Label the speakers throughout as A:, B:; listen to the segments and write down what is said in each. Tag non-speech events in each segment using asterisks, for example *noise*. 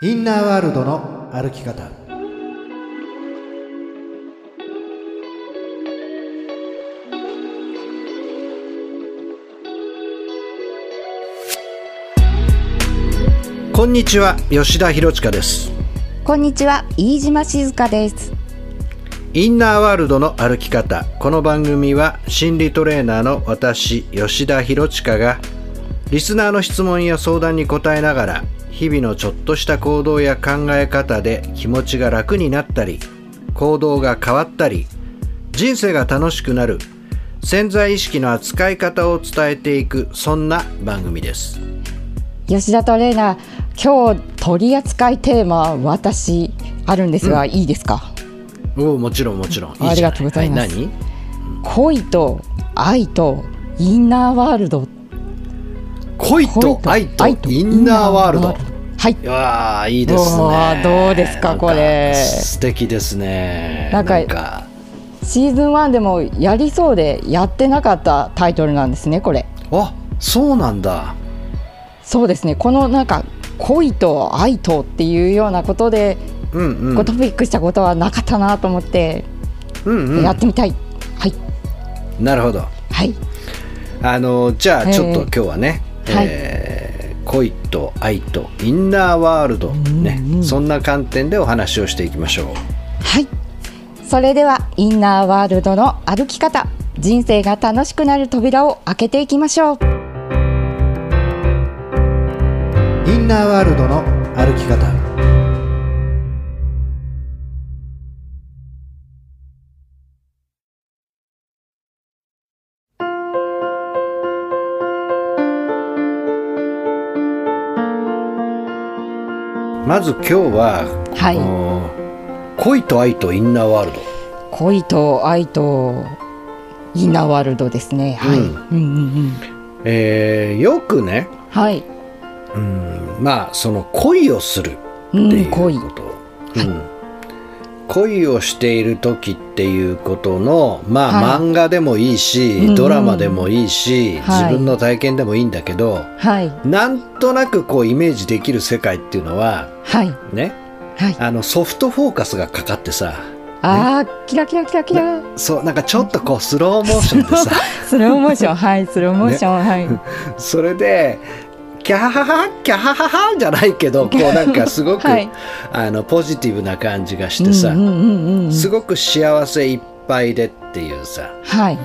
A: インナーワールドの歩き方こんにちは吉田博親です
B: こんにちは、飯島静香です。
A: インナーワールドの歩き方この番組は心理トレーナーの私吉田博親がリスナーの質問や相談に答えながら日々のちょっとした行動や考え方で気持ちが楽になったり行動が変わったり人生が楽しくなる潜在意識の扱い方を伝えていくそんな番組です
B: 吉田トレーナー、今日取り扱いテーマ、私あるんですが、いいですか。
A: おおもちろんもちろん
B: ありがとうございます
A: じゃなは
B: 恋と愛とインナーワールド。
A: 何恋と愛とインナーワールド
B: はい
A: い。やーいいです
B: うわ
A: ね
B: ーどうですか
A: なん
B: これ
A: 素敵ですねな
B: なんん
A: か
B: かシーズン1でもやりそうでやってなかったタイトルなんですね、これ。
A: あそうなんだ
B: そうですね、このなんか恋と愛とっていうようなことで、
A: うんうん
B: こうトピックしたことはなかったなと思って、
A: うんうん
B: やってみたい。はい。
A: なるほど
B: はい。
A: あのじゃあ
B: ええ
A: ちょっと今日はね、
B: はい
A: えー恋と愛とインナーワールドね、
B: うんうん
A: そんな観点でお話をしていきましょ
B: はい。それではインナーワールドの歩き方、人生が楽しくなる扉を開けていきましょう。
A: うインナーワールドの歩き方まず今日は、
B: はい
A: この恋と愛とインナーワールド
B: 恋と愛とインナーワールドですね。はい。
A: う
B: うんんうんうん。
A: えーよくね、
B: はい。
A: うん、まあその恋をする
B: う
A: ってい
B: ん、
A: う
B: 恋。
A: こと、うん恋をしている時っていうことのまあ、
B: はい
A: 漫画でもいいし、
B: うんうん
A: ドラマでもいいし、
B: はい
A: 自分の体験でもいいんだけど、
B: はい。
A: なんとなくこうイメージできる世界っていうのは
B: はい。
A: ね
B: はい。
A: あのソフトフォーカスがかかってさ
B: ああ、キラキラキラキラ。
A: そうなんかちょっと
B: *laughs*
A: こうスローモーションでさ
B: スローモ
A: *laughs*
B: ーション、はい、スローモーション、はい。
A: それでキャハハハキャハハハじゃないけどこうなんかすごく、
B: *laughs* はい
A: あのポジティブな感じがしてさ、
B: うんうんうんうん。
A: すごく幸せいっぱいでっていうさ
B: はい。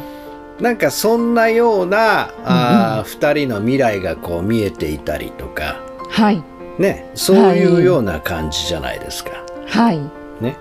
A: なんかそんなような、あー二人の未来がこう見えていたりとか
B: はい。
A: ねそういうような感じじゃないですか。
B: はい。
A: ね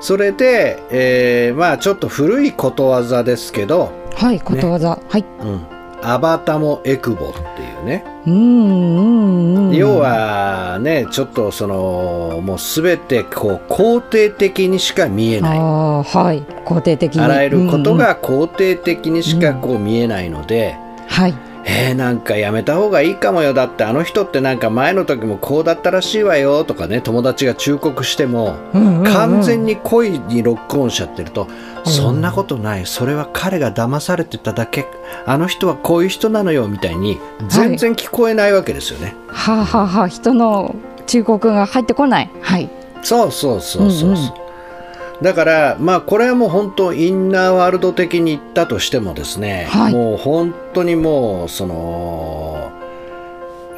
A: それで、えーまあちょっと古いことわざですけど、
B: はい、ことわざ。はい。
A: うん、アバタモエクボっていうね、
B: うんうんうん。
A: 要。はねちょっとそのもう全てこう肯定的にしか見え
B: あ
A: ない。
B: あ、はい。肯定的に。
A: あらゆること
B: うんうん。
A: が肯定的にしかこう見えないので、
B: はい。
A: えー、なんかやめた方がいいかもよだってあの人ってなんか前の時もこうだったらしいわよとかね友達が忠告しても完全
B: に
A: に恋にロックオンしちゃってると、そんなことないそれは彼が騙されてただけあの人はこういう人なのよみたいに全然聞こえないわけですよね、
B: はあ、はあはあ、人の忠告が入ってこないはい
A: そうそうそうそうそう、だからまあこれはもう本当インナーワールド的に言ったとしてもですね、
B: はい
A: もう本当にもうその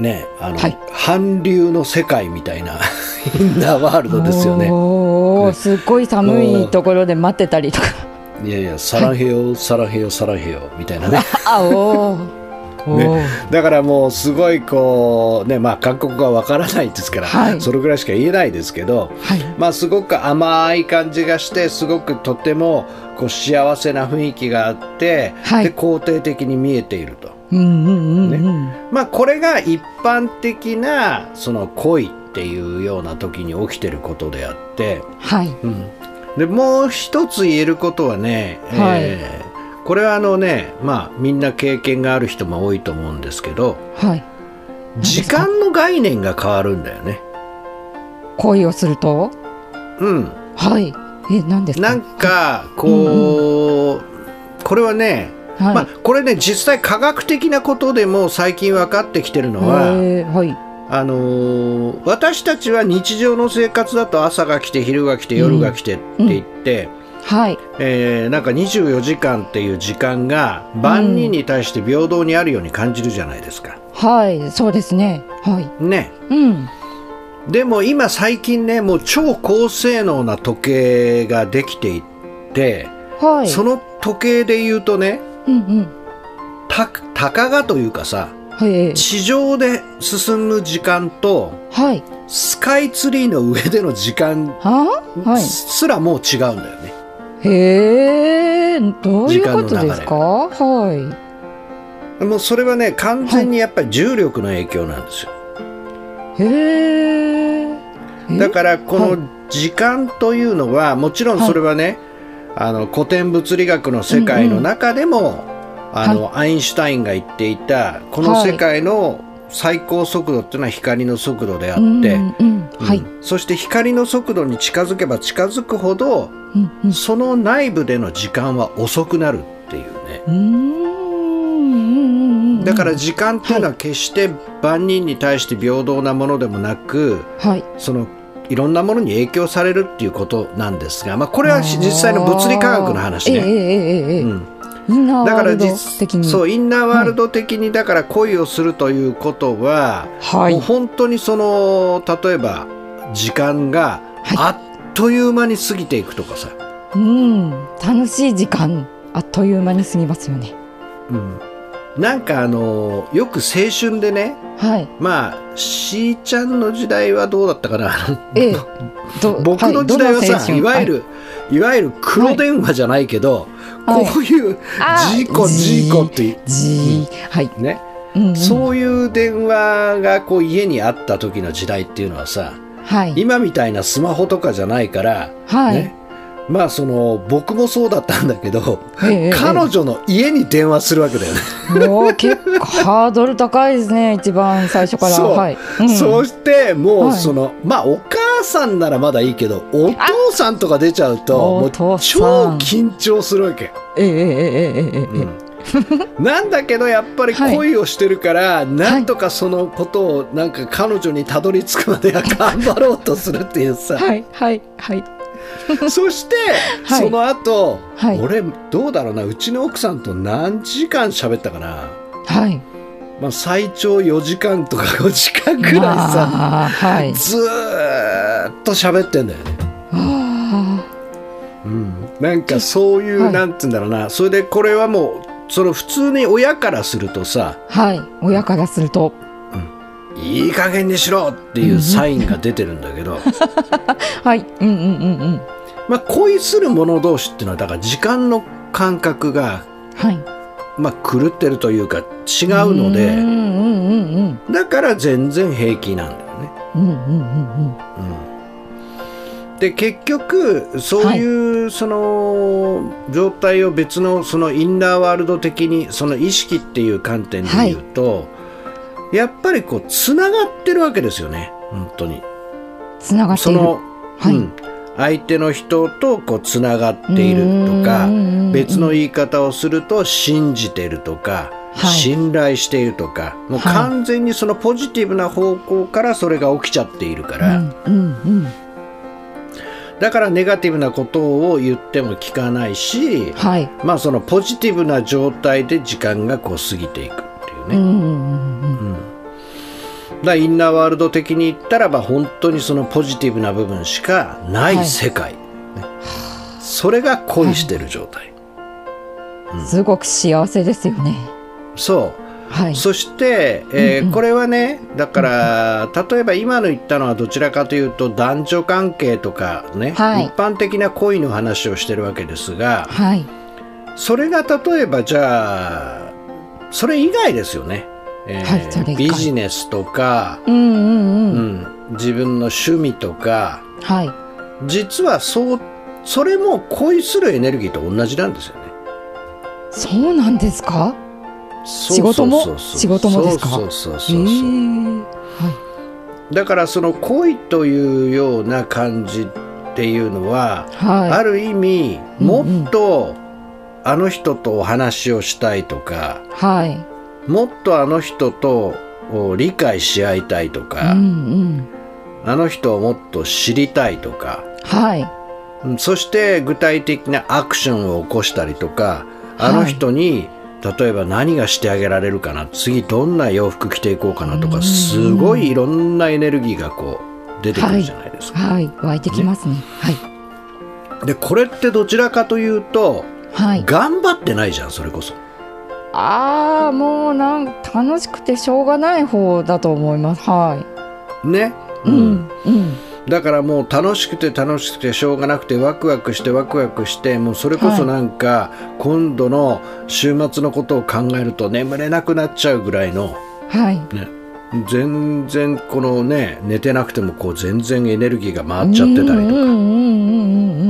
A: ねあの、
B: はい
A: 韓流の世界みたいな *laughs* インナーワールドですよね
B: お
A: ね
B: ーすっごい寒いところで待ってたりとか
A: いやいやサラヘヨサラヘヨサラヘヨみたいなね
B: あおーおー、
A: だからもうすごいこうねまあ韓国語はわからないですから、
B: はい
A: それぐらいしか言えないですけど、
B: はい
A: まあ、すごく甘い感じがしてすごくとてもこう幸せな雰囲気があって、
B: はい
A: で肯定的に見えていると、
B: うんうんうんうん、
A: まあ、これが一般的なその恋っていうような時に起きてることであって、
B: はい
A: うんでもう一つ言えることはね、
B: はい
A: えーこれはあのね、まあ、みんな経験がある人も多いと思うんですけど
B: はい
A: 時
B: ですか
A: 間の概念が変わるんだよね。
B: 恋をすると
A: うん、
B: はいえ何ですか
A: なんかこう、これはね、
B: はい、
A: まあ、これね実際科学的なことでも最近分かってきてるのは
B: えーはい
A: あのー私たちは日常の生活だと朝が来て昼が来て夜が来てって言って、
B: はい
A: えーなんか24時間っていう時間が万人に対して平等にあるように感じるじゃないですか。
B: はいそうですねはい
A: ね。
B: うん
A: でも今最近ねもう超高性能な時計ができていって、
B: はい
A: その時計で言うとね
B: うんうん
A: たたかがというかさ
B: はい
A: 地上で進む時間と
B: はい
A: スカイツリーの上での時間
B: はあはい
A: すらもう違うんだよね。
B: へえどういうこと
A: 時
B: です
A: 間
B: かは
A: もうそれはね完全にやっぱり重力の影響なんですよ、
B: いへええ
A: だからこ
B: は
A: の時間というのはもちろんそれはね、あの古典物理学の世界の中でも、あの、アインシュタインが言っていたこの世界の最高速度っていうのは光の速度であって、
B: うんうんうん
A: うん
B: はい
A: そして光の速度に近づけば近づくほど
B: うんうん
A: その内部での時間は遅くなるっていうね
B: うーん
A: だから時間っていうのは決して万人に対して平等なものでもなく、
B: はい
A: そのいろんなものに影響されるっていうことなんですが、まあ、これはし
B: あー
A: 実際の物理科学の話
B: ええ
A: ね。
B: ええええ
A: う
B: え
A: ん
B: えインナー
A: だ
B: ワ
A: か
B: ー
A: ら
B: ルド
A: 実
B: 的に
A: そうインナーワールド的にだから恋をするということは、
B: は
A: もう
B: い
A: 本当にその例えば時間が
B: はい
A: あっという間に過ぎていくとかさ、
B: うん楽しい時間あっという間に過ぎますよね
A: うんなんかあのよく青春でね
B: はい
A: まあしーちゃんの時代はどうだったかな
B: ええ
A: *laughs*
B: ど
A: 僕の時代はさ、い、わゆ
B: る
A: る、い、わゆる黒電話じゃないけど、
B: はい
A: こういう事故事故っていう
B: じはい、
A: ね、
B: うんうん
A: そういう電話がこう家にあった時の時代っていうのはさ
B: はい
A: 今みたいなスマホとかじゃないから、
B: はい、
A: ね、まあその僕もそうだったんだけど、
B: ええ
A: 彼女の家に電話するわけだよね。
B: もう結構ハードル高いですね一番最初から
A: そう
B: はい、うん
A: そうしてもう
B: はい
A: その、まあお母さんならまだいいけどお父さんとか出ちゃうと
B: あ
A: もう
B: お
A: 超
B: 父さん
A: 緊張するわけ。
B: ええええええええええ
A: うんなんだけどやっぱり恋をしてるから、なんとかそのことをなんか彼女にたどり着くまでは頑張ろうとするっていうさ、
B: はいはいはい
A: そして、
B: はい
A: その後、
B: はい
A: 俺どうだろうなうちの奥さんと何時間喋ったかな、
B: はい
A: まあ、最長4時間とか5時間ぐらいさ、
B: まあはい
A: ずーっと喋ってんだよね。
B: あ
A: うん、なんかそういう、
B: はい
A: なんつうんだろうなそれでこれはもうその普通に親からするとさ、
B: ーはい親からすると
A: いい加減にしろっていうサインが出てるんだけど、
B: はいうんうんうんうん
A: まあ恋する者同士っていうのはだから時間の感覚が、
B: はい
A: まあ、狂ってるというか違うの
B: う
A: で
B: んうんうんうん
A: だから全然平気なんだよね。
B: うんうん
A: うん、で結局そういうその状態を別のそのインナーワールド的にその意識っていう観点で言うと、やっぱりこうつながってるわけですよね本当に。
B: つながって
A: そ
B: いる
A: の、
B: はい
A: うん、相手の人とこうつながっているとか
B: うんうんうんうん
A: 別の言い方をすると信じているとか、
B: はい
A: 信頼しているとかもう
B: はい
A: 完全にそのポジティブな方向からそれが起きちゃっているか
B: う
A: ら、
B: んうんうん
A: だからネガティブなことを言っても聞かないし、
B: はい
A: まあそのポジティブな状態で時間がこう過ぎていくっていう
B: う
A: ね。
B: んうんうんうん
A: だからインナーワールド的に言ったらば本当にそのポジティブな部分しかない世界、ねそれが恋してる状態、
B: すごく幸せですよね
A: そ
B: はいう
A: そして、えーこれはねだから例えば今の言ったのはどちらかというと男女関係とかね、
B: はい
A: 一般的な恋の話をしてるわけですが
B: はい
A: それが例えばじゃあそれ以外ですよね、えー
B: はいそれ以外
A: ビジネスとか、
B: うん
A: う
B: うんう
A: ん、
B: ん
A: 自分の趣味とか
B: はい
A: 実はそうそれも恋するエネルギーと同じなんですよね。
B: そうなんですか
A: そうそうそうそう
B: 仕事も仕事もですか
A: そうそうそう
B: ええ
A: そうそう
B: は
A: だからその恋というような感じっていうのは、
B: い
A: あ
B: は
A: る意味
B: うんう
A: も
B: ん
A: っとあの人とお話をしたいとか、
B: いはい
A: もっとあの人とを理解し合いたいと
B: う
A: か、
B: んうん
A: あの人をもっと知りたいとか、
B: はい
A: うんそして具体的なアクションを起こしたりとか、
B: はい
A: あの人に、例えば何がしてあげられるかな、次どんな洋服着ていこうかなとか、すごいいろんなエネルギーがこう出てくるじゃないですか。
B: はい湧いてきますねはい
A: で、これってどちらかというと、
B: はい
A: 頑張ってないじゃん、それこそ。
B: ああもうなん楽しくてしょうがない方だと思いますは
A: ね。
B: いうんうん
A: だからもう楽しくて楽しくてしょうがなくてワクワクしてワクワクしてもうそれこそなんか今度の週末のことを考えると眠れなくなっちゃうぐらいの、
B: はい
A: ね、全然このね寝てなくてもこう全然エネルギーが回っちゃってたりと
B: うんうんうんうんうん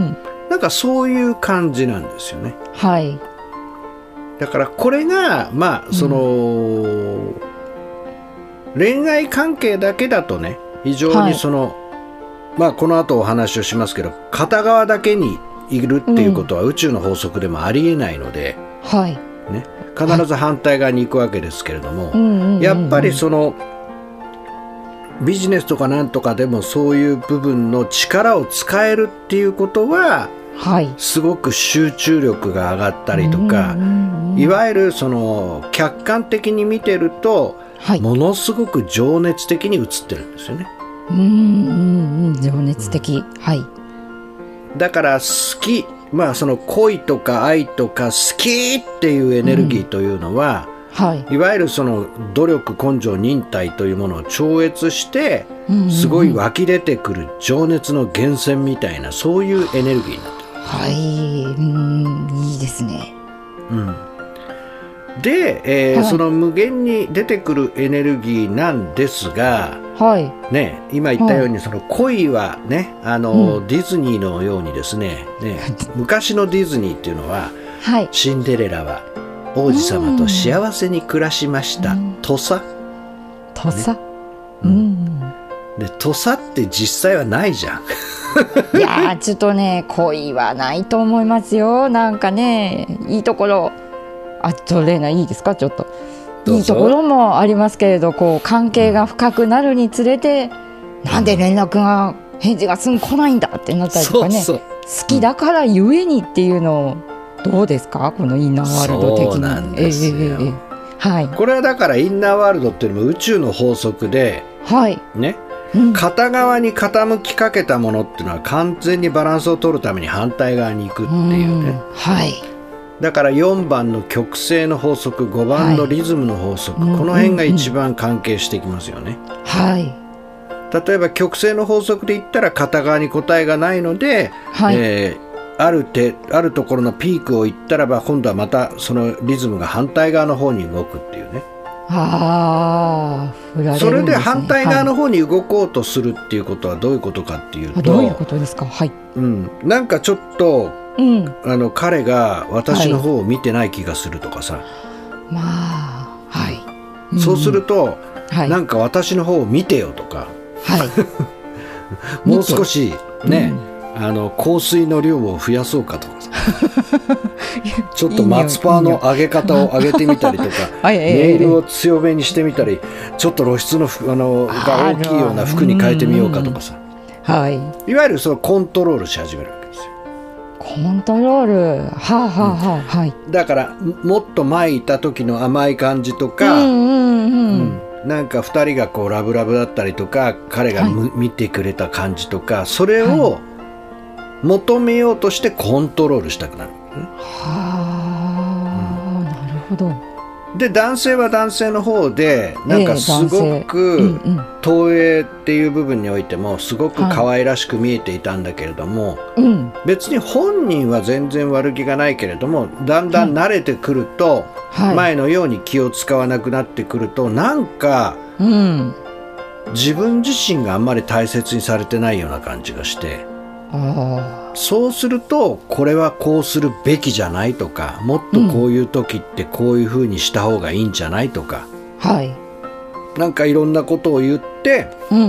B: うん
A: なんかそういう感じなんですよね
B: はい
A: だからこれがまあその、恋愛関係だけだとね非常
B: は
A: に
B: い
A: その、まあこの後お話をしますけど片側だけにいるっていうことは宇宙の法則でもありえないので、
B: はい
A: ね、必ず反対側に行くわけですけれども、
B: うんうんうんうん
A: やっぱりそのビジネスとかなんとかでもそういう部分の力を使えるっていうことは
B: はい
A: すごく集中力が上がったりとか
B: うんうんうん
A: いわゆるその客観的に見てると
B: はい
A: ものすごく情熱的に映ってるんですよね
B: うんうんうん情熱的はい
A: だから好きまあその恋とか愛とか好きっていうエネルギーというのは、
B: はい
A: いわゆるその努力根性忍耐というものを超越して
B: うんうんうん
A: すごい湧き出てくる情熱の源泉みたいなそういうエネルギーになって
B: はいうんいいですね
A: る、うん、で、えー
B: はい
A: その無限に出てくるエネルギーなんですが
B: はい
A: ね、今言ったように、その恋はねあの、ディズニーのようにですね
B: *laughs*
A: ね昔のディズニーっていうのは
B: はい
A: シンデレラは王子様と幸せに暮らしました
B: うん
A: とさ
B: とさ
A: う
B: うんん
A: でとさって実際はないじゃん
B: *laughs* いやーちょっとね恋はないと思いますよなんかねいいところあどれないいですかちょっと
A: どうぞ
B: いいところもありますけれどこう関係が深くなるにつれて、なんで連絡が返事がすぐ来ないんだってなったりと
A: そ
B: か
A: う
B: ね
A: そう
B: 好きだからゆえにっていうのをどうですかこのインナーワールド的に
A: そうなんですよ
B: ええええええはい
A: これはだからインナーワールドっていうのも宇宙の法則で
B: はい、
A: ね
B: うん、
A: 片側に傾きかけたものっていうのは完全にバランスを取るために反対側に行くっていうね、
B: んはい
A: だから4番の曲線の法則5番のリズムの法則、
B: はい
A: この辺が一番関係してきますよね、
B: はい
A: 例えば曲線の法則で言ったら片側に答えがないので、
B: はい、
A: えーあるてあるところのピークを言ったらば今度はまたそのリズムが反対側の方に動くっていうね
B: ああ、振られるんす
A: そ
B: ね
A: れで反対側の方に動こうとするっていうことはどういうことかっていう
B: はいあ
A: と
B: どういうことですか。はい。
A: うん、なんかちょっと
B: うん。
A: あの彼が私の方を見てない気がするとかさ、
B: まあ、はい。ん
A: そうする、と、
B: はい、
A: な
B: はい。
A: んか私の方を見てよとかもう少しね、あの香水の量を増やそうかと
B: *laughs*
A: かさちょっと松葉の上げ方を上げてみたりとか
B: *laughs* はい、
A: ネイル
B: を
A: を強めにしてみたりちょっと露出の服あのが大きいような服に変えてみようかとかさ
B: はい。
A: いわゆるそのコントロールし始めるわけですよ。
B: コントロール、はあ、はあ、はあ、はい。
A: だからももっと前いた時の甘い感じとか、
B: う
A: う
B: ん、うん、うん。
A: んなんか2人がこうラブラブだったりとか彼がむ、見てくれた感じとかそれを求めようとしてコントロールしたくなる。
B: はあ、なるほど。
A: で男性は男性の方でなんかすご
B: ええ
A: く
B: 男性うん、
A: 投影っていう部分においてもすごく可愛らしく見えていたんだけれども、
B: うん、うん、
A: 別に本人は全然悪気がないけれどもだんだん慣れてくると、
B: はい。
A: 前のように気を使わなくなってくるとなんか
B: うん。
A: 自分自身があんまり大切にされてないような感じがして
B: あ
A: そうするとこれはこうするべきじゃないとかもっとこういう時ってこういう風にした方がいいんじゃないとか、
B: あ、はい。
A: なんかいろんなことを言って
B: うん、うん、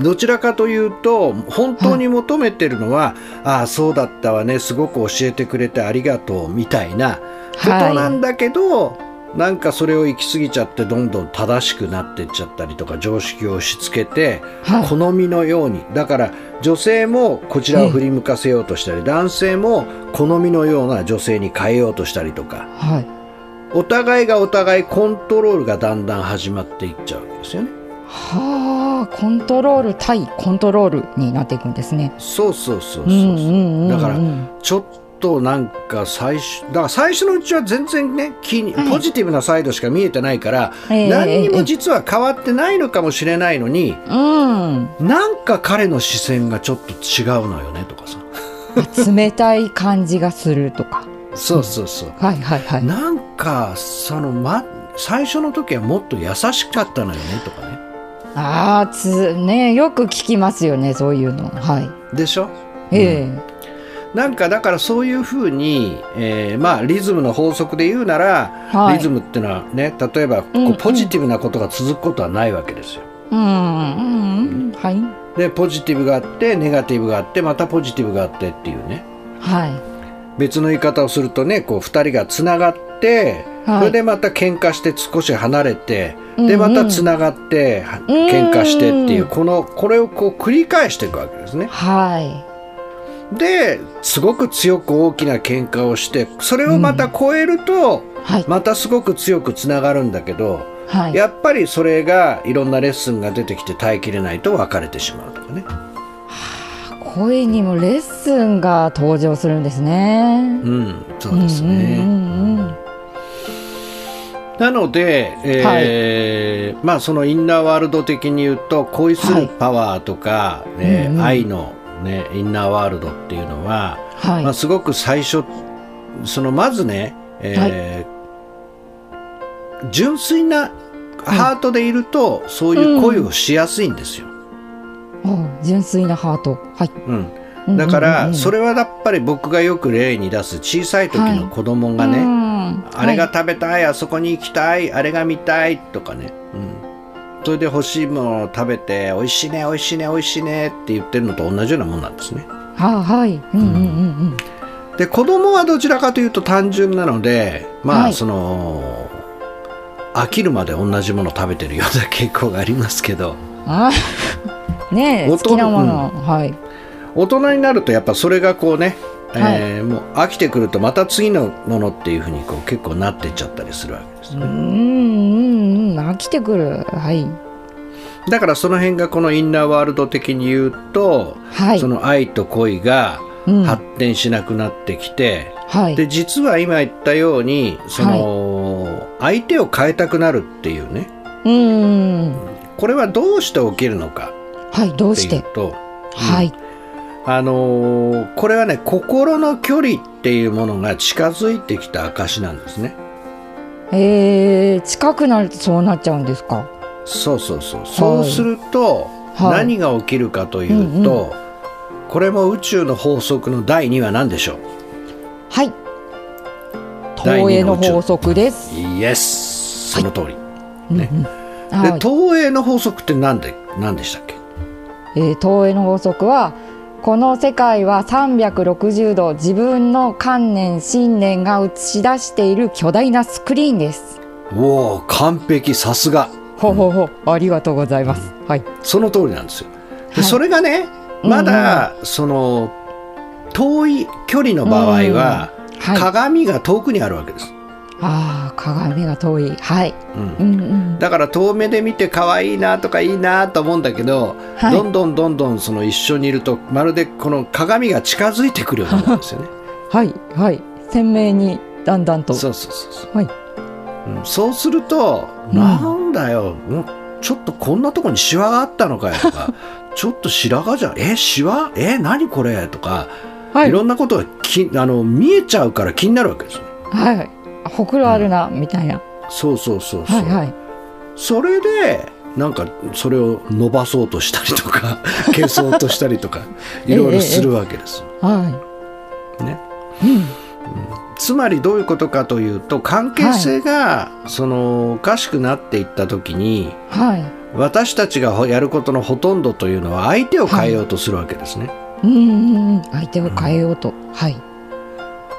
B: うん。
A: どちらかというと本当に求めてるのは、ああそうだったわねすごく教えてくれてありがとうみたいなこと
B: はい
A: なんだけど、なんかそれを行き過ぎちゃってどんどん正しくなってっちゃったりとか常識を押し付けて
B: はい
A: 好みのようにだから女性もこちらを振り向かせようとしたり男性も好みのような女性に変えようとしたりとか
B: はい
A: お互いがお互いコントロールがだんだん始まっていっちゃうわけですよね。
B: はあコントロール対コントロールになっていくんですね
A: そうそうそうそう
B: う
A: そうん
B: うんうんうん
A: だからちょっとなんか最初だから最初のうちは全然ね気に
B: はい
A: ポジティブなサイドしか見えてないから、
B: ええ
A: 何にも実は変わってないのかもしれないのに、
B: うん
A: なんか彼の視線がちょっと違うのよねとかさ
B: あ冷たい感じがするとか
A: そうそうそう、
B: はいはいはい
A: なんかその、ま、最初の時はもっと優しかったのよねとかね
B: ああつねよく聞きますよねそういうのはい
A: でしょ
B: ええ
A: なんかだからそういうふうに、えーまあリズムの法則で言うなら、
B: はい
A: リズムってのはね例えばこう、
B: うんうん
A: ポジティブなことが続くことはないわけですよ。
B: うんうんうんはい
A: でポジティブがあってネガティブがあってまたポジティブがあってっていうね
B: はい
A: 別の言い方をするとねこう2人がつながって、
B: はい
A: それでまた喧嘩して少し離れて
B: うんう
A: で
B: ん
A: またつながって、は
B: うん
A: 喧嘩してっていうこのこれをこう繰り返していくわけですね。
B: はい
A: ですごく強く大きな喧嘩をしてそれをまた超えると、
B: はい
A: またすごく強くつながるんだけど、
B: はい
A: やっぱりそれがいろんなレッスンが出てきて耐えきれないと別れてしまうとかね。
B: 恋にもレッスンが登場するんですね。
A: うん、そうですね。
B: うんうんうん
A: なので、えーまあ、そのインナーワールド的に言うと恋するパワーとか、えー
B: うんうん
A: 愛の、ね、インナーワールドっていうのは、
B: はい
A: まあ、すごく最初そのまずね、えー純粋なハートでいると、そういう恋をしやすいんですよ。
B: お純粋なハート。はい。
A: うん
B: うんうん
A: だから、そ
B: れ
A: れはやっぱり僕がよく例に出す小さい時の子供がね、あれが食べたい、あそこに行きたい、あれが見たいとかね。うん。それで欲しいものを食べて、美味しいね、美味しいね、美味しいねって言ってるのと同じようなもんなんですね。
B: ははい。うんうんうんうん。
A: で、子供はどちらかというと単純なので、まあ、
B: はい
A: その、飽きるまで同じものを食べてるような傾向がありますけど、
B: あ *laughs* ねえ
A: 大人
B: 好きなもの、はい。
A: 大人になるとやっぱそれがこうね、
B: はい
A: えーもう飽きてくるとまた次のものっていうふうにこう結構なってっちゃったりするわけです
B: うんうんうん飽きてくる。はい
A: だからその辺がこのインナーワールド的に言うと、
B: はい。
A: その愛と恋が
B: うんは
A: 発展しなくなってきて、
B: い
A: で実は今言ったようにその、相手を変えたくなるっていうね
B: うんうんうん
A: これはどうして起きるのか
B: はいどう
A: って
B: し
A: い
B: て
A: うと、
B: はい
A: あのーこれはね心の距離っていうものが近づいてきた証なんですね。
B: えー近くなるとそうなっちゃうんですか。
A: そうそうそうそうすると
B: はい
A: 何が起きるかというと、これも宇宙の法則の第2は何でしょう
B: はい。
A: 第
B: 投
A: 二
B: 影
A: の
B: の
A: 宇宙
B: 法則です。
A: イエスその通り。ね
B: うんうんは
A: で
B: い
A: 投影の法則って何で何でしたっけ
B: えー投影の法則はこの世界は360度自分の観念信念が映し出している巨大なスクリーンです。
A: おお完璧さすが
B: ほうほうほうありがとうございます。はい。
A: その通りなんですよで、
B: はい
A: それがねまだ、その遠い距離の場合は、
B: はい。
A: 鏡が遠くにあるわけです、
B: ああ鏡が遠い。はい。
A: うん
B: うんうん。
A: だから遠目で見て可愛いなとかいいなと思うんだけど、
B: はい
A: どんどんどんどんその一緒にいるとまるでこの鏡が近づいてくるようになるんですよね
B: はいはい鮮明にだんだんと。
A: そうそうそうそう、
B: はい。
A: うんそうすると、
B: うん
A: なんだよもうちょっとこんなとこにシワがあったのかよとか
B: *laughs*
A: ちょっと白髪じゃんえシワえ何これとか
B: はいい
A: ろんなことがきあの見えちゃうから気になるわけですよ。
B: はい。あほくろあるな、みたいな。
A: そうそうそうそう。
B: はいはい。
A: それでなんかそれを伸ばそうとしたりと
B: *laughs*
A: か消そうとしたりとかいろいろするわけです。
B: は
A: ね。
B: い。うん。
A: つまりどういうことかというと関係性が、そのおかしくなっていった時に
B: はい。
A: 私たちがほやることのほとんどというのは相手を変えようとするわけですね。
B: うんうんうん相手を変えようと、はい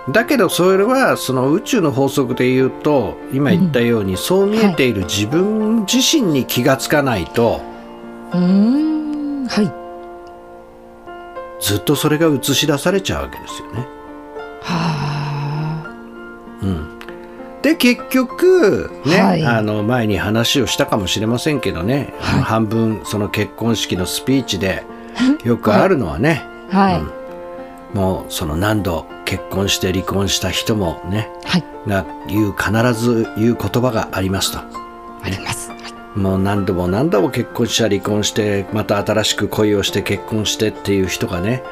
A: だけどそれはその宇宙の法則で言うと今言ったように、そう見えている自分自身に気がつかないと、
B: うーんはい
A: ずっとそれが映し出されちゃうわけですよね。
B: はあ
A: で結局ね、
B: はい
A: あの前に話をしたかもしれませんけどね、あの半分その結婚式のスピーチでよくあるのはね、
B: はい、
A: もうその何度結婚して離婚した人もね
B: はい
A: が言う必ず言う言葉がありますと。
B: ありますはい
A: もう何度も何度も結婚した離婚してまた新しく恋をして結婚してっていう人がね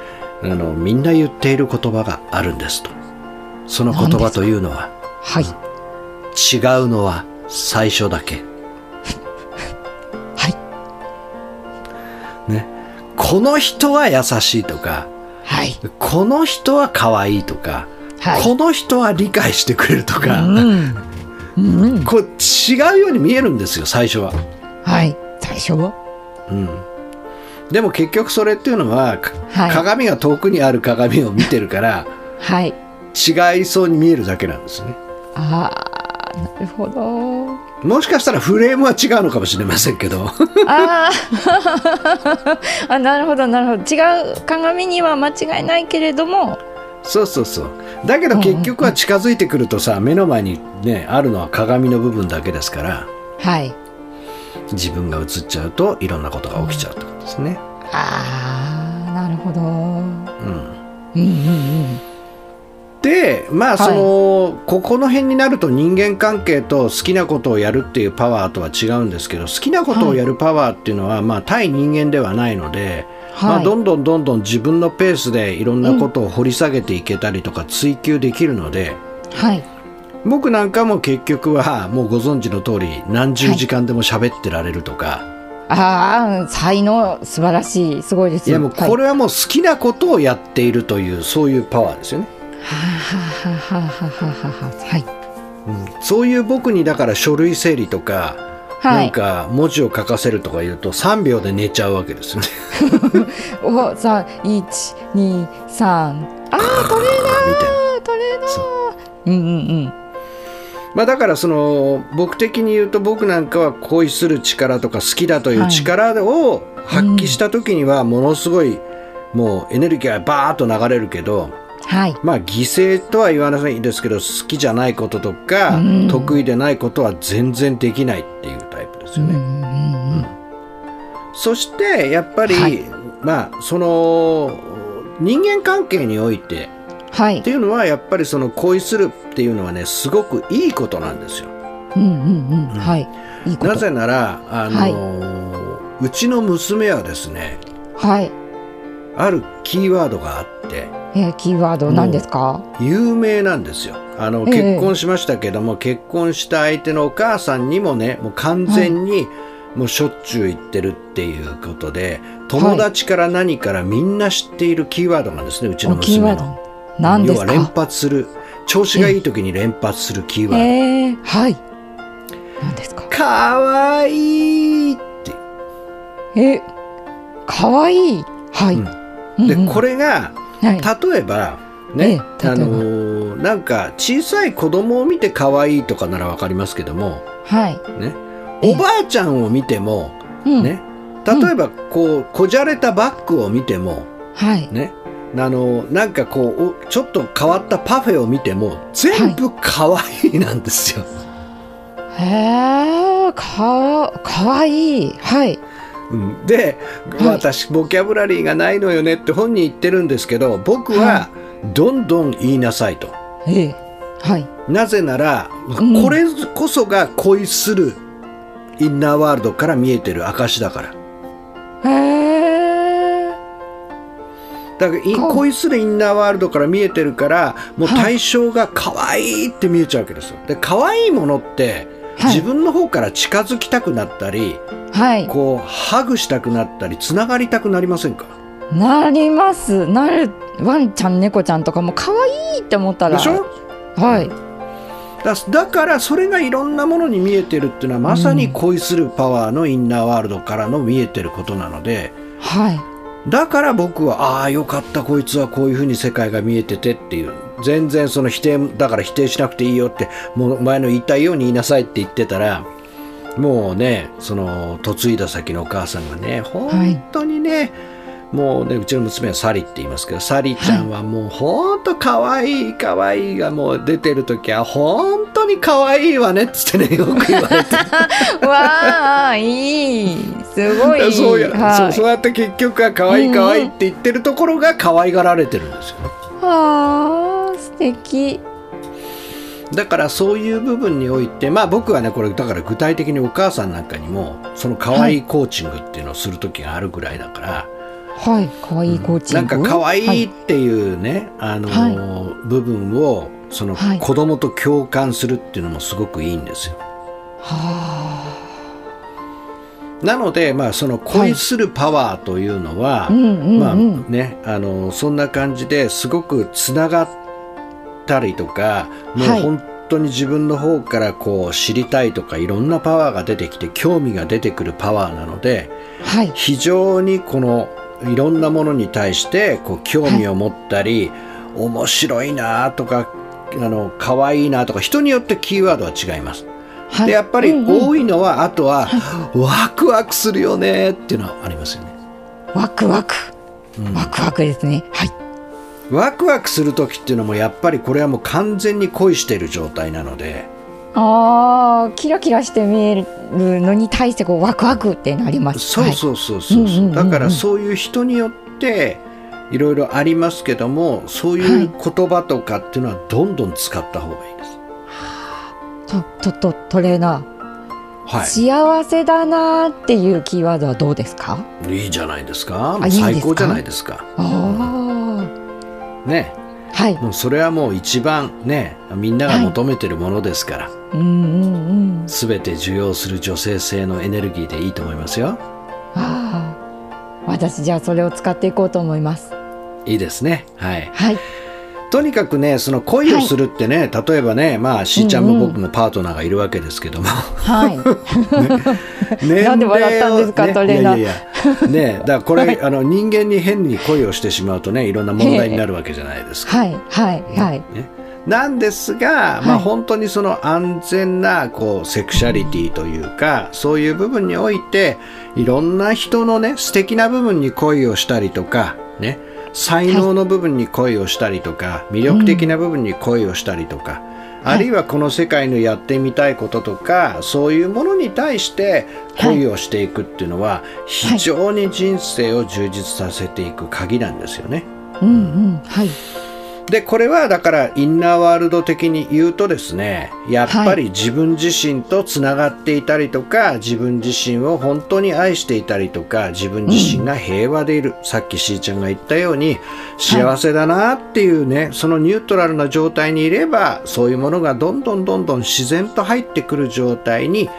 A: あのみんな言っている言葉があるんですとその言葉というのは
B: はい
A: 違うのは最初だけ
B: はい
A: ねこの人は優しいとか
B: はい
A: この人は可愛いとか、
B: はい
A: この人は理解してくれるとか、
B: うん、うん、
A: こう違うように見えるんですよ最初は、
B: はい最初は
A: うん、でも結局それっていうのは、か
B: はい
A: 鏡が遠くにある鏡を見てるから
B: はい
A: 違いそうに見えるだけなんですね。
B: ああなるほ *laughs* ど
A: もしかしたらフレームは違うのかもしれませんけど、 *laughs*
B: あー *laughs* あなるほどなるほど違う鏡には間違いないけれども
A: そうそうそう。だけど結局は近づいてくるとさ、目の前にね、あるのは鏡の部分だけですから、
B: はい
A: 自分が映っちゃうといろんなことが起きちゃうってことですね。
B: ああなるほど
A: うん。
B: うんうんうん
A: で、まあ
B: はい
A: その、ここの辺になると人間関係と好きなことをやるっていうパワーとは違うんですけど、好きなことをやるパワーっていうのは、まあ対人間ではないので、ま
B: は
A: あ、
B: い、
A: どんどんどんどん自分のペースでいろんなことを掘り下げていけたりとか追求できるので、
B: はい
A: 僕なんかも結局はもうご存知の通り何十時間でも喋ってられるとか、
B: ああ才能素晴らしいすごいです
A: い、やもうこ
B: れ
A: れはもう好きなことをやっているというそういうパワーですよね、
B: はあはあはあはあはあはあはい
A: うんそういう僕にだから書類整理とか、
B: は
A: なん
B: い
A: か文字を書かせるとか言うと3秒で寝ちゃうわけですよね
B: おさ一二三あー
A: みた
B: トレーナ
A: いな。
B: ートレーナーうんうんうん
A: *laughs* まあ、だからその僕的に言うと僕なんかは恋する力とか好きだという力を発揮した時にはものすごいもうエネルギーがバーッと流れるけど
B: はい
A: まあ犠牲とは言わないんですけど好きじゃないこととか
B: うん
A: 得意でないことは全然できないっていうタイプです
B: う
A: よ
B: んう
A: ね。
B: んうんうん
A: そしてやっぱり、
B: はい
A: まあその人間関係において
B: はい
A: っていうのはやっぱりその恋するっていうのはねすごくいいことなんですよ。
B: うんうんうん、はい。いいこと。
A: なぜなら、あのーうちの娘はですね
B: はい。
A: あるキーワードがあって
B: えー、キーワード何ですか。
A: 有名なんですよあの、
B: ええ
A: 結婚しましたけども結婚した相手のお母さんにもねもう完全にもうしょっちゅう行ってるっていうことで友達から何からみんな知っているキーワードなんですねうちの
B: おキー
A: 娘
B: ワー
A: の。
B: ド。何で
A: 要
B: す
A: は連
B: か。
A: 発する調子がいい時に連発するキーワード。
B: えー、はい。何ですか。
A: かわいいって
B: えー、可愛いはい。
A: うん
B: うん
A: で
B: うん
A: これが
B: はい。
A: 例えば
B: ええ
A: ね、
B: 例えば
A: あのーなんか小さい子供を見て可愛いとかならわかりますけども、
B: はい。
A: ね、
B: ええ
A: おばあちゃんを見ても、
B: うん。
A: ね、例えばこうこじゃれたバッグを見ても、
B: はい。
A: ね、あのーなんかこうおちょっと変わったパフェを見ても全部可愛いなんですよ。
B: えー、か、可愛いはい。
A: うんで、
B: はい
A: 私ボキャブラリーがないのよねって本人言ってるんですけど僕は
B: は
A: どんどん言いなさいと。
B: えー、はい。
A: なぜなら、
B: ん
A: これこそが恋するインナーワールドから見えてる証だから。
B: えー、
A: だからい
B: うん
A: 恋するインナーワールドから見えてるからもう
B: はい
A: 対象が可愛いって見えちゃうわけですよ。で可愛いものって、
B: はい
A: 自分の方から近づきたくなったり
B: はい。
A: こうハグしたくなったりつながりたくなりませんか
B: なります。なる。ワンちゃん、猫ちゃんとかも可愛いって思ったら。
A: でしょ
B: はい。
A: だだからそれがいろんなものに見えてるっていうのはまさに恋するパワーのインナーワールドからの見えてることなので。
B: はい。
A: *laughs* だから僕はああよかったこいつはこういうふうに世界が見えててっていう全然その否定だから否定しなくていいよってもう前の言いたいように言いなさいって言ってたらもうねその嫁いだ先のお母さんがね本当にね、もうねうちの娘はサリって言いますけどサリちゃんはもうほんと可愛い可愛いがもう出てる時は本当に可愛いわねっつってね *laughs* よく言われて
B: わあいいすご
A: *laughs*
B: い
A: そうや、
B: は
A: そう
B: い、
A: そうやって結局は可愛い可愛いって言ってるところが可愛がられてるんですよ、
B: はあ素敵
A: だからそういう部分においてまあ僕はねこれだから具体的にお母さんなんかにもその可愛いコーチングっていうのをする時があるぐらいだから、
B: はい可愛いコーチ
A: な
B: ン
A: ん
B: グ、
A: か可
B: は
A: 愛いっていうね、あのー部分をその
B: はい
A: 子供と共感するっていうのもすごくいいんですよ。
B: は
A: なので、まあ、その恋するパワーというのは、
B: あうんうんうん、
A: まあね、あのそんな感じですごくつながったりとかもう
B: はい
A: 本当に自分の方からこう知りたいとかいろんなパワーが出てきて興味が出てくるパワーなので
B: はい
A: 非常にこのいろんなものに対してこう興味を持ったり、面白いなとかあの可愛いなとか人によってキーワードは違います。
B: はい
A: でやっぱり
B: うんうん
A: 多いのは、あとはワクワクするよねっていうのはありますよね。
B: ワクワク
A: うん
B: ワクワクですねはい
A: ワクワクする時っていうのもやっぱりこれはもう完全に恋している状態なので
B: あーキラキラして見えるのに対してこうワクワクってなります
A: そう
B: はい
A: そうそうそう,、
B: うんうんうんうん
A: だからそういう人によっていろいろありますけどもそういう言葉とかっていうのはどんどん使った方がいいです。
B: とととトレーナー、
A: は
B: 幸せだなーっていうキーワードはどうですか
A: い、いいじゃないですか
B: あいいんですか
A: 最高じゃないですか。
B: あ
A: ね
B: あはい
A: もうそれはもう一番ねみんなが求めてるものですから、
B: うんうんうん
A: 全て受容する女性性のエネルギーでいいと思いますよ。
B: ああ私じゃあそれを使っていこうと思います
A: いいですね。はい
B: はい
A: とにかくねその恋をするってね、例えばねまあしーちゃんも僕もパートナーがいるわけですけども、
B: はい
A: *laughs* 年齢を
B: なんで笑ったんですか
A: ね
B: トレーナー
A: いやい
B: *laughs*
A: やいやねだからこれ、あの人間に変に恋をしてしまうとねいろんな問題になるわけじゃないですか。
B: はいはいはい
A: ねなんですが、まあ、
B: はい
A: 本当にその安全なこうセクシャリティというか、そういう部分においていろんな人のね素敵な部分に恋をしたりとかね才能の部分に恋をしたりとか、魅力的な部分に恋をしたりとか、あるいはこの世界のやってみたいこととかそういうものに対して恋をしていくっていうのは、非常に人生を充実させていく鍵なんですよね。
B: うんうんはい
A: でこれはだからインナーワールド的に言うとですねやっぱり自分自身とつながっていたりとか、自分自身を本当に愛していたりとか自分自身が平和でいる、さっきしーちゃんが言ったように幸せだなっていうね、そのニュートラルな状態にいればそういうものがどんどんどんどん自然と入ってくる状態に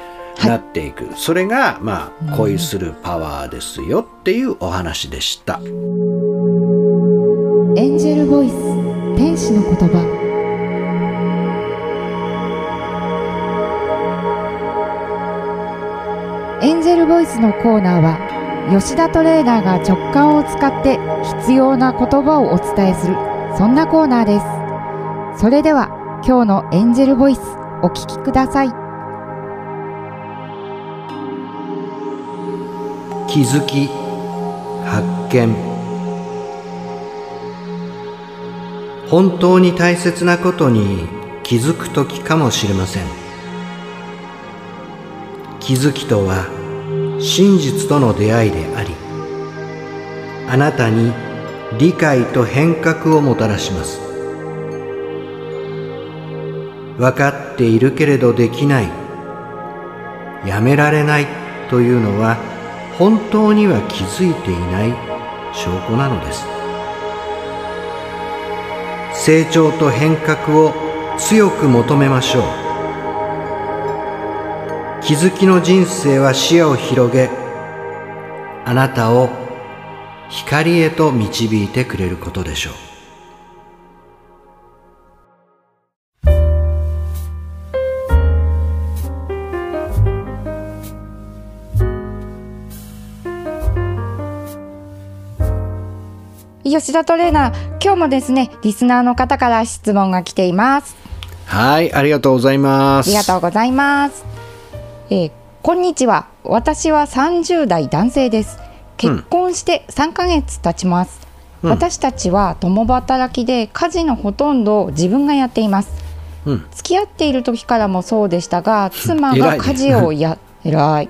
A: なっていく、それがまあ恋するパワーですよっていうお話でした。
B: エンジェルボイス天使の言葉エンジェルボイスのコーナーは吉田トレーナーが直感を使って必要な言葉をお伝えするそんなコーナーですそれでは今日のエンジェルボイスお聞きください
A: 気づき発見本当に大切なことに気づく時かもしれません気づきとは真実との出会いでありあなたに理解と変革をもたらします分かっているけれどできないやめられないというのは本当には気づいていない証拠なのです成長と変革を強く求めましょう気づきの人生は視野を広げあなたを光へと導いてくれることでしょう
B: 吉田トレーナー、今日もですね、リスナーの方から質問が来ています。
A: はい、ありがとうございま
B: あ
A: す。
B: りがとうございます。えーこんにちは。私は30代男性です。結婚して3ヶ月経ちま
A: う
B: す。
A: ん
B: 私たちは共働きで家事のほとんどを自分がやっています。
A: うん
B: 付き合っている時からもそうでしたが妻
A: 偉い
B: が
A: ね
B: 家事
A: *laughs*
B: をや偉い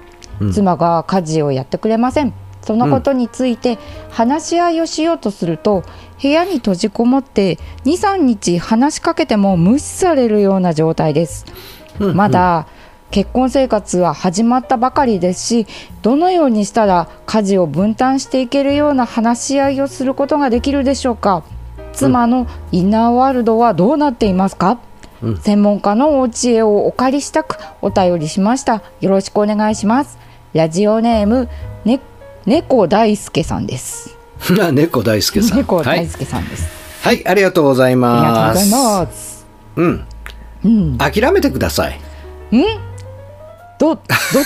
B: 妻が家事をやってくれませんそのことについて話し合いをしようとすると部屋に閉じこもって23日話しかけても無視されるような状態です
A: うん
B: まだ結婚生活は始まったばかりですしどのようにしたら家事を分担していけるような話し合いをすることができるでしょうか妻のインナーワールドはどうなっていますか、専門家のお知恵をお借りしたくお便りしましたよろしくお願いしますラジオネームね猫大輔さんです
A: *laughs* な猫大輔さん。
B: 猫
A: は
B: 大
A: い、
B: 輔さんです、
A: はい、ありがとうござい
B: あ
A: ま
B: り
A: す。
B: がとうございます
A: うん、
B: うん
A: 諦めてください。
B: どどっ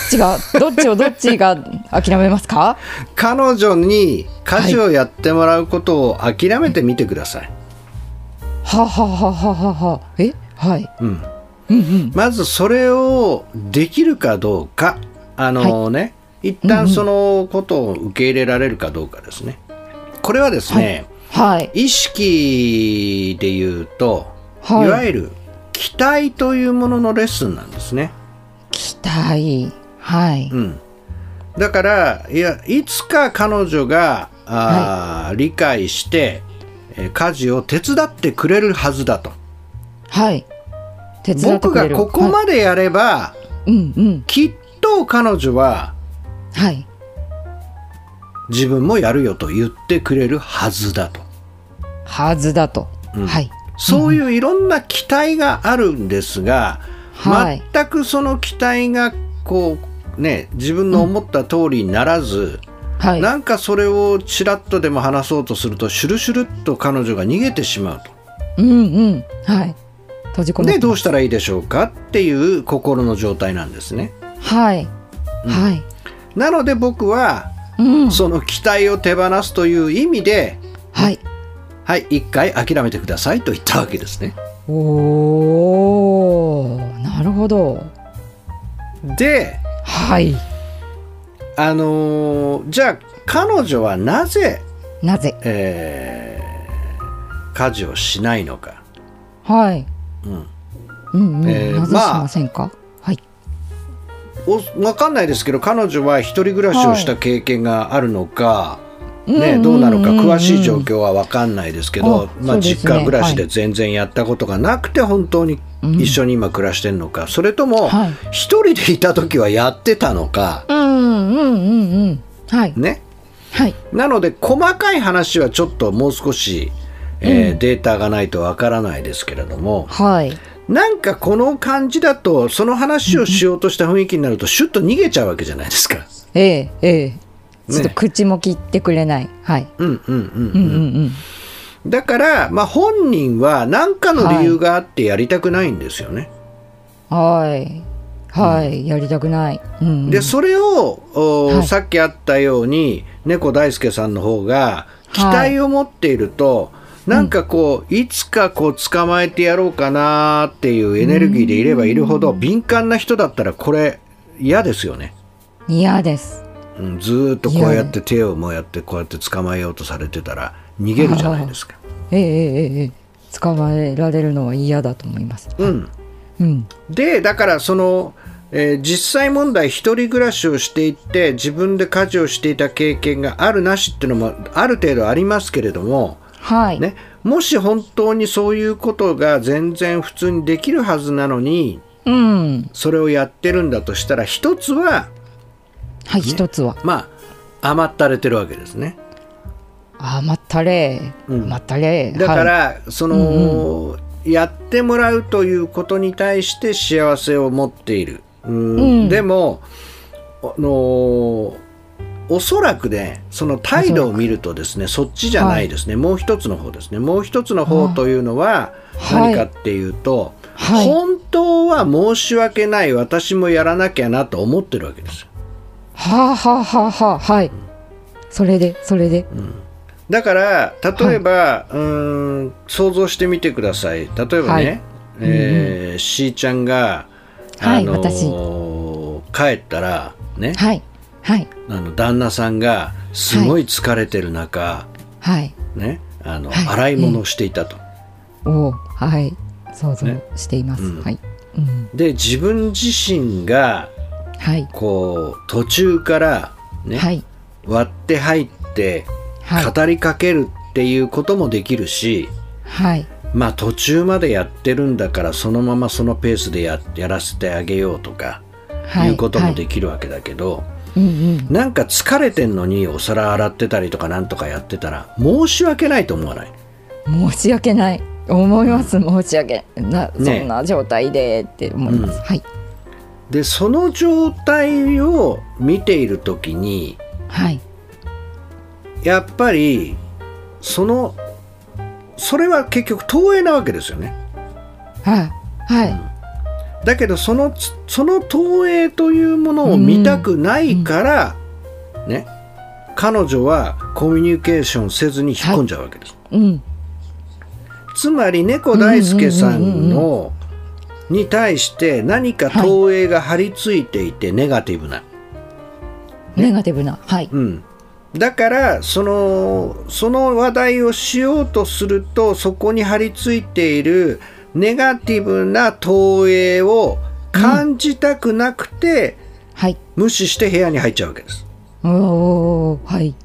B: ちがどっちをどっちが諦めますか
A: 彼女に家事をやってもらうことを諦めてみてください。
B: はあはあはあはあはあはあえはい、
A: うん、
B: うんうん
A: まずそれをできるかどうか、あのね、一旦そのことを受け入れられるかどうかですね。これはですね、
B: はい
A: 意識で言うと、
B: はい
A: い、わゆる期待というもののレッスンなんですね。
B: 期待はい、
A: うん、だからいやいつか彼女があー、理解してえー家事を手伝ってくれるはずだと
B: はい手伝って
A: 僕
B: くれ
A: が
B: る
A: ここ
B: は
A: までやれば、
B: いうんうん
A: きっと彼女は
B: はい
A: 自分もやるよと言ってくれるはずだと
B: はずだと、
A: うん
B: はい
A: そういういろんな期待があるんですが、
B: はい
A: 全くその期待がこうね自分の思った通りにならず、
B: はい
A: なんかそれをちらっとでも話そうとするとシュルシュルっと彼女が逃げてしまう
B: うんうんはい閉じ込
A: と。
B: め
A: で
B: て
A: どうしたらいいでしょうかっていう心の状態なんですね。
B: はい、はい
A: なので僕は
B: うん
A: その期待を手放すという意味で
B: はい
A: はい一回諦めてくださいと言ったわけですね。
B: おーなるほど
A: で
B: はい
A: あのーじゃあ彼女はなぜ、
B: なぜ
A: えー家事をしないのか。
B: はい
A: うん
B: うんうん、
A: えー
B: なぜし
A: まあ
B: ませんか、はい
A: おわかんないですけど彼女は一人暮らしをした経験があるのか、ね、どうなのか詳しい状況は分かんないですけど、
B: あ
A: ま
B: そう
A: あ、
B: です
A: 実
B: ね
A: 家暮らしで全然やったことがなくて本当に一緒に今暮らしてるのか、それとも
B: はい
A: 一人でいた時はやってたのか、
B: うんうんうんうんはい
A: ね、
B: はい
A: なので細かい話はちょっともう少し、えーデータがないと分からないですけれども
B: はい
A: なんかこの感じだとその話をしようとした雰囲気になるとシュッと逃げちゃうわけじゃないですか。
B: ええええちょっと
A: ね
B: 口も切ってくれない、はい
A: うんうんうん
B: うんうんうん
A: だから、まあ、本人は何かの理由があってやりたくないんですよね。
B: はいはい、やりたくない、うん、
A: でそれを、おー
B: はい
A: さっきあったように猫大輔さんの方が期待を持っていると、なんかこういつかこう捕まえてやろうかなっていうエネルギーでいればいるほど敏感な人だったらこれ嫌ですよね。
B: 嫌です
A: うん、ずーっとこうやって手をもうやってこうやって捕まえようとされてたら逃げるじゃないですか。
B: ええええええ捕まえられるのは嫌だと思います
A: うん、
B: うん
A: でだからその、えー実際問題一人暮らしをしていって自分で家事をしていた経験があるなしっていうのもある程度ありますけれども、
B: はい、
A: ね、もし本当にそういうことが全然普通にできるはずなのに
B: うん
A: それをやってるんだとしたら一つは
B: はい一つは
A: まあ甘ったれてるわけですね。
B: あまったれ、
A: うん
B: まったれ
A: だから、
B: はい、
A: その、やってもらうということに対して幸せを持っている。うん
B: うん
A: でも、あのーおそらくね、その態度を見るとですね、そっちじゃないですね、もう一つの方ですね。もう一つの方というのは、
B: は
A: 何
B: い
A: かっていうと、
B: はい
A: 本当は申し訳ない、私もやらなきゃなと思ってるわけですよ。
B: はあはあはあはあはいそれでそれで、
A: だから例えば、うーん想像してみてください例えばね、
B: はい
A: えーしーちゃんが、
B: はい
A: あのー帰ったらね、
B: はいはい
A: あの旦那さんがすごい疲れてる中、
B: はい
A: ねあの
B: はい
A: 洗い物をしていたと。
B: おーはい想像
A: ね
B: しています、
A: うん
B: はい、うん、
A: で自分自身が
B: はい、
A: こう途中から、ね
B: はい
A: 割って入って
B: はい
A: 語りかけるっていうこともできるし、
B: はい
A: まあ途中までやってるんだからそのままそのペースでややらせてあげようとか
B: はい
A: いうことも
B: は
A: できるわけだけど、
B: い、うんうん
A: なんか疲れてんのにお皿洗ってたりとかなんとかやってたら申し訳ないと思わない
B: 申し訳ない思います申し訳な、
A: ね
B: そんな状態でって思います、
A: うん
B: はい
A: でその状態を見ている時に
B: はい
A: やっぱりそのそれは結局投影なわけですよね
B: はいはい、
A: だけどそのつその投影というものを見たくないから、ね彼女はコミュニケーションせずに引っ込んじゃうわけです、
B: うん
A: つまり猫大輔さんのに対して何か投影が張り付いていてネガティブな、
B: ネガティブなはい
A: うん、だからそのその話題をしようとするとそこに張り付いているネガティブな投影を感じたくなくて、
B: はい
A: 無視して部屋に入っちゃうわけです。
B: おーはい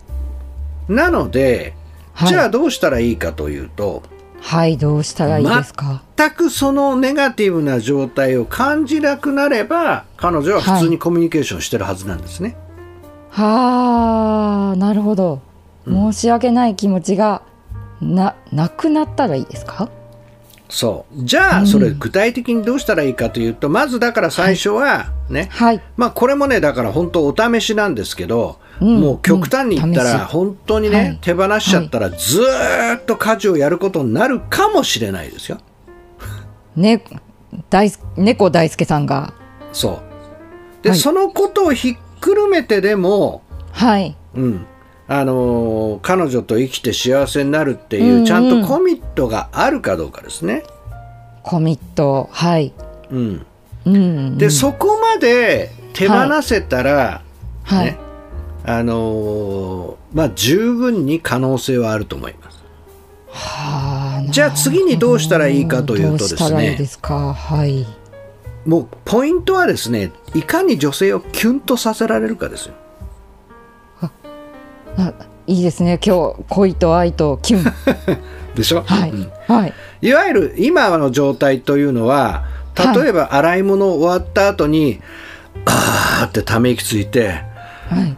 A: なので、
B: はい
A: じゃあどうしたらいいかというと
B: はいどうしたらいいですか、
A: 全くそのネガティブな状態を感じなくなれば彼女は普通にコミュニケーションしてるはずなんですね。
B: はあなるほど申し訳ない気持ちがななくなったらいいですか
A: そうじゃあそれ具体的にどうしたらいいかというと、まずだから最初はね、
B: はい
A: まあこれもねだから本当お試しなんですけど、
B: うん
A: もう極端に言った
B: うん試
A: ら
B: し
A: 本当にね、
B: はい
A: 手放しちゃったらずーっと家事をやることになるかもしれないですよ。
B: ね大す猫大輔さんが
A: そう。で、
B: はい
A: そのことをひっくるめてでも、
B: はい
A: うん、あのー彼女と生きて幸せになるって
B: うん
A: いうう、
B: ん
A: ちゃんとコミットがあるかどうかですね。
B: コミットはい
A: うん。
B: うんうん
A: で、そこまで手放せたら、
B: はい、
A: ねあのーまあ、十分に可能性はあると思います。
B: はあ
A: じゃあ次にどうしたらいいかというとですね
B: どうしたらいいですかはい
A: もう、ポイントはですね、いかに女性をキュンとさせられるかですよ。
B: ないいですね今日恋と愛とキュン
A: でしょ
B: はい、
A: うん
B: はい
A: いわゆる今の状態というのは
B: はい
A: 例えば洗い物終わった後に、あーってため息ついて
B: はい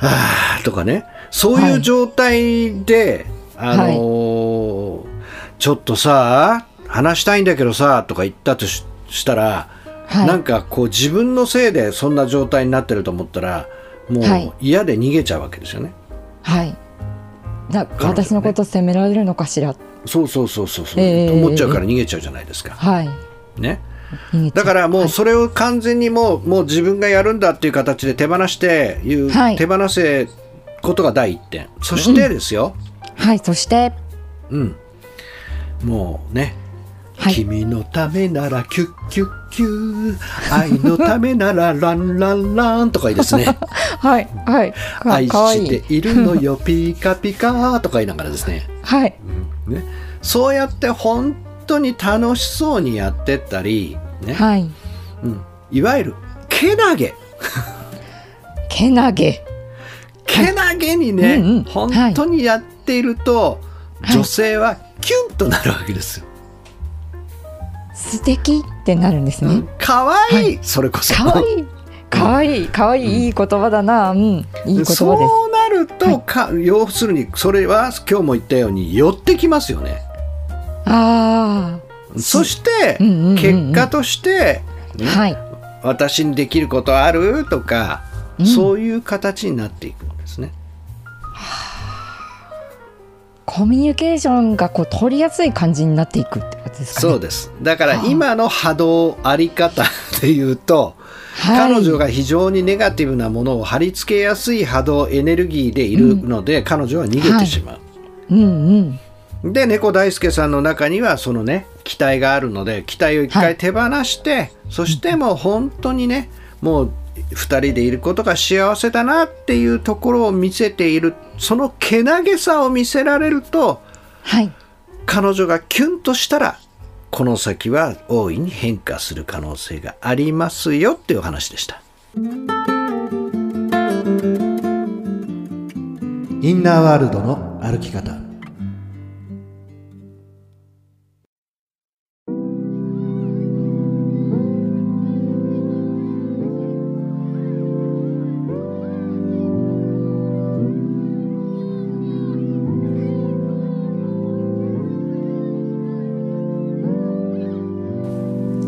A: あーとかねそういう状態で、あのーちょっとさ話したいんだけどさとか言ったとししたら、
B: はい
A: なんかこう自分のせいでそんな状態になってると思ったらも
B: はいう
A: 嫌で逃げちゃうわけですよね。
B: はいな
A: 女
B: 私のこと責められるのかしら
A: そうそうそうそうそう、
B: えー
A: と思っちゃうから逃げちゃうじゃないですか。
B: はい
A: ね。
B: 逃げちゃ
A: だ
B: う
A: からもうそれを完全にもう,、もう自分がやるんだっていう形で手放していう、
B: はい
A: 手放せことが第一点そしてですよ、
B: はいそして
A: うんもうね、
B: はい
A: 君のためならキュッキュッキュー愛のためならランランラン」とかいいですね
B: はいはい
A: 「
B: *laughs* か
A: 愛
B: かわい
A: し
B: い
A: ているのよ *laughs* ピカピカ」とか言いながらですね
B: はい
A: ねそうやって本当に楽しそうにやってったり、ね
B: はい
A: うん、いわゆるけなげ
B: けなげ
A: けなげにね、
B: うんうん
A: 本当にやっていると、
B: はい
A: 女性はキュンとなるわけですよ。
B: 素敵ってなるんですね、
A: 可愛、いい、それこそ。
B: かわいいかわいいかわいい、いい言葉だなうんいい言葉です
A: そうなると、
B: はい
A: か要するにそれは今日も言ったように寄ってきますよね。
B: あ
A: そして、
B: うんうんうんうん
A: 結果として、
B: あはい
A: 私にできることあるとか、
B: うん
A: そういう形になっていくんですね。
B: コミュニケーションがこう取りやすい感じになっていくってことですかね。
A: そうです。だか
B: は
A: ら
B: あ
A: 今の波動あり方で言うと、
B: はい
A: 彼女が非常にネガティブなものを貼り付けやすい波動エネルギーでいるので、彼女は逃げてしまう。
B: うんうん。
A: で猫大輔さんの中にはそのね期待があるので期待を一
B: は
A: 回
B: い
A: 手放して、そしてもう本当にねもう2人でいることが幸せだなっていうところを見せているそのけなげさを見せられると
B: はい。
A: 彼女がキュンとしたらこの先は大いに変化する可能性がありますよっていうお話でしたインナーワールドの歩き方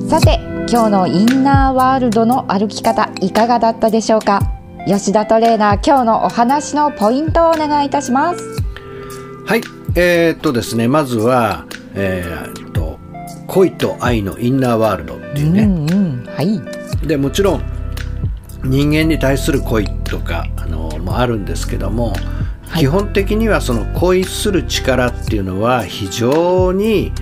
B: さて今日のインナーワールドの歩き方いかがだったでしょうか吉田トレーナー今日のお話のポイントをお願いいたします
A: はい、えーっとですね、まずは、えーっと、恋と愛のインナーワールドっていうね、
B: んうんはい
A: でもちろん人間に対する恋とかあのもあるんですけども、
B: はい
A: 基本的にはその恋する力っていうのは非常に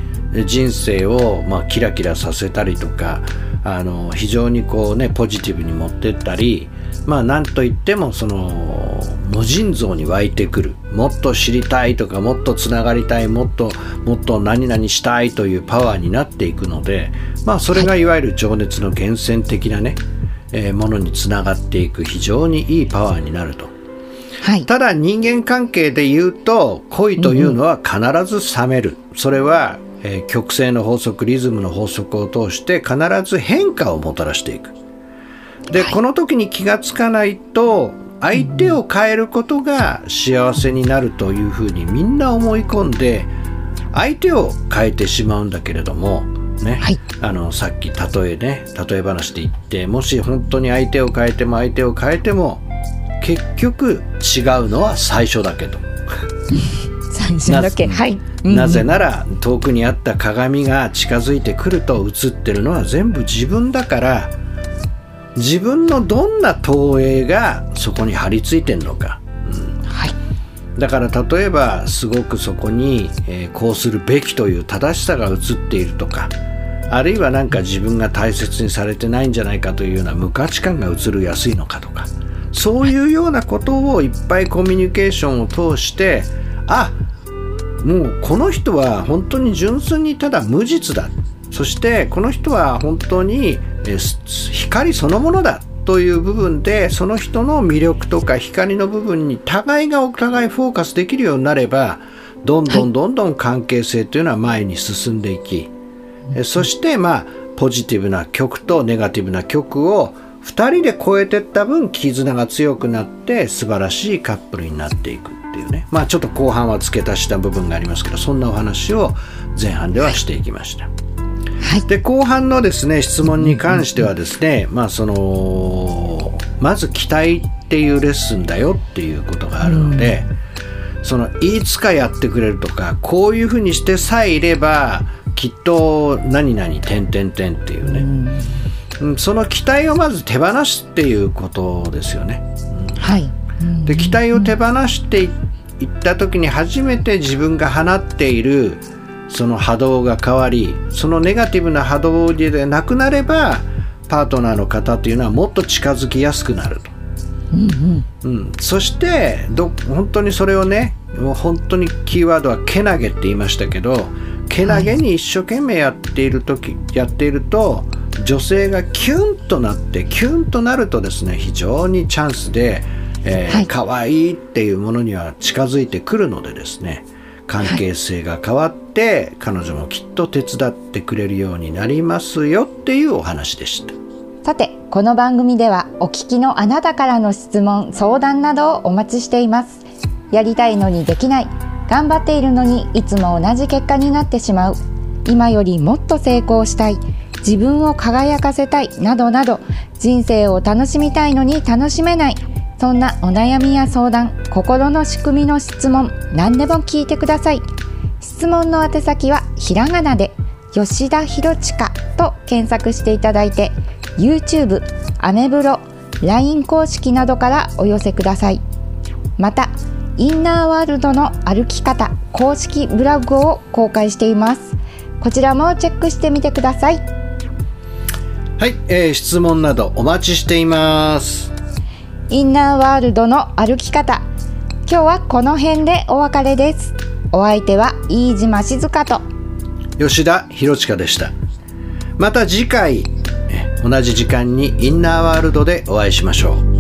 A: 人生をまあキラキラさせたりとかあの非常にこうねポジティブに持ってったりまあなんといってもその無尽蔵に湧いてくるもっと知りたいとかもっとつながりたいもっともっと何々したいというパワーになっていくのでまあそれがいわゆる情熱の源泉的なね、えーものにつながっていく非常にいいパワーになると。
B: はい
A: ただ人間関係で言うと恋というのは必ず冷める、それは、えー曲線の法則リズムの法則を通して必ず変化をもたらしていくで、この時に気がつかないと相手を変えることが幸せになるというふうにみんな思い込んで相手を変えてしまうんだけれどもね、
B: はい
A: あのさっき例えね例え話で言ってもし本当に相手を変えても相手を変えても結局違うのは最初だけど、
B: 最初だけ
A: な
B: はい
A: なぜなら遠くにあった鏡が近づいてくると映ってるのは全部自分だから自分のどんな投影がそこに張り付いてんのか
B: はい
A: だから例えばすごくそこに、えーこうするべきという正しさが映っているとかあるいはなんか自分が大切にされてないんじゃないかというような無価値観が映るやすいのかとかそういうようなことをいっぱいコミュニケーションを通してあもうこの人は本当に純粋にただ無実だそしてこの人は本当にえーす光そのものだという部分でその人の魅力とか光の部分に互いがお互いフォーカスできるようになればどんどんどんどん関係性というのは前に進んでいき、えそしてまあポジティブな曲とネガティブな曲を2人で超えてった分絆が強くなって素晴らしいカップルになっていくっていうねまあちょっと後半は付け足した部分がありますけどそんなお話を前半ではしていきました。
B: はい
A: で後半のですね質問に関してはですね、まあそのまず期待っていうレッスンだよっていうことがあるので、そのいつかやってくれるとかこういうふうにしてさえいればきっと何々点点点っていうね、うんその期待をまず手放すっていうことですよね。
B: はいうん
A: で期待を手放していいった時に初めて自分が放っているその波動が変わりそのネガティブな波動でなくなればパートナーの方というのはもっと近づきやすくなると。うん、そしてど本当にそれをねもう本当にキーワードは「けなげ」って言いましたけどけなげに一生懸命やっている時、やっていると女性がキュンとなってキュンとなるとですね非常にチャンスで、えー
B: はい
A: 可愛いっていうものには近づいてくるのでですね関係性が変わって、彼女もきっと手伝ってくれるようになりますよっていうお話でした。
B: さてこの番組ではお聞きのあなたからの質問相談などをお待ちしていますやりたいのにできない頑張っているのにいつも同じ結果になってしまう今よりもっと成功したい自分を輝かせたいなどなど人生を楽しみたいのに楽しめないそんなお悩みや相談心の仕組みの質問何でも聞いてください質問の宛先はひらがなで吉田ひろちかと検索していただいて YouTube、アメブロ LINE 公式などからお寄せくださいまたインナーワールドの歩き方公式ブログを公開していますこちらもチェックしてみてください
A: はい、えー質問などお待ちしています
B: インナーワールドの歩き方今日はこの辺でお別れですお相手は飯島静香と
A: 吉田博親でしたまた次回え同じ時間にインナーワールドでお会いしましょう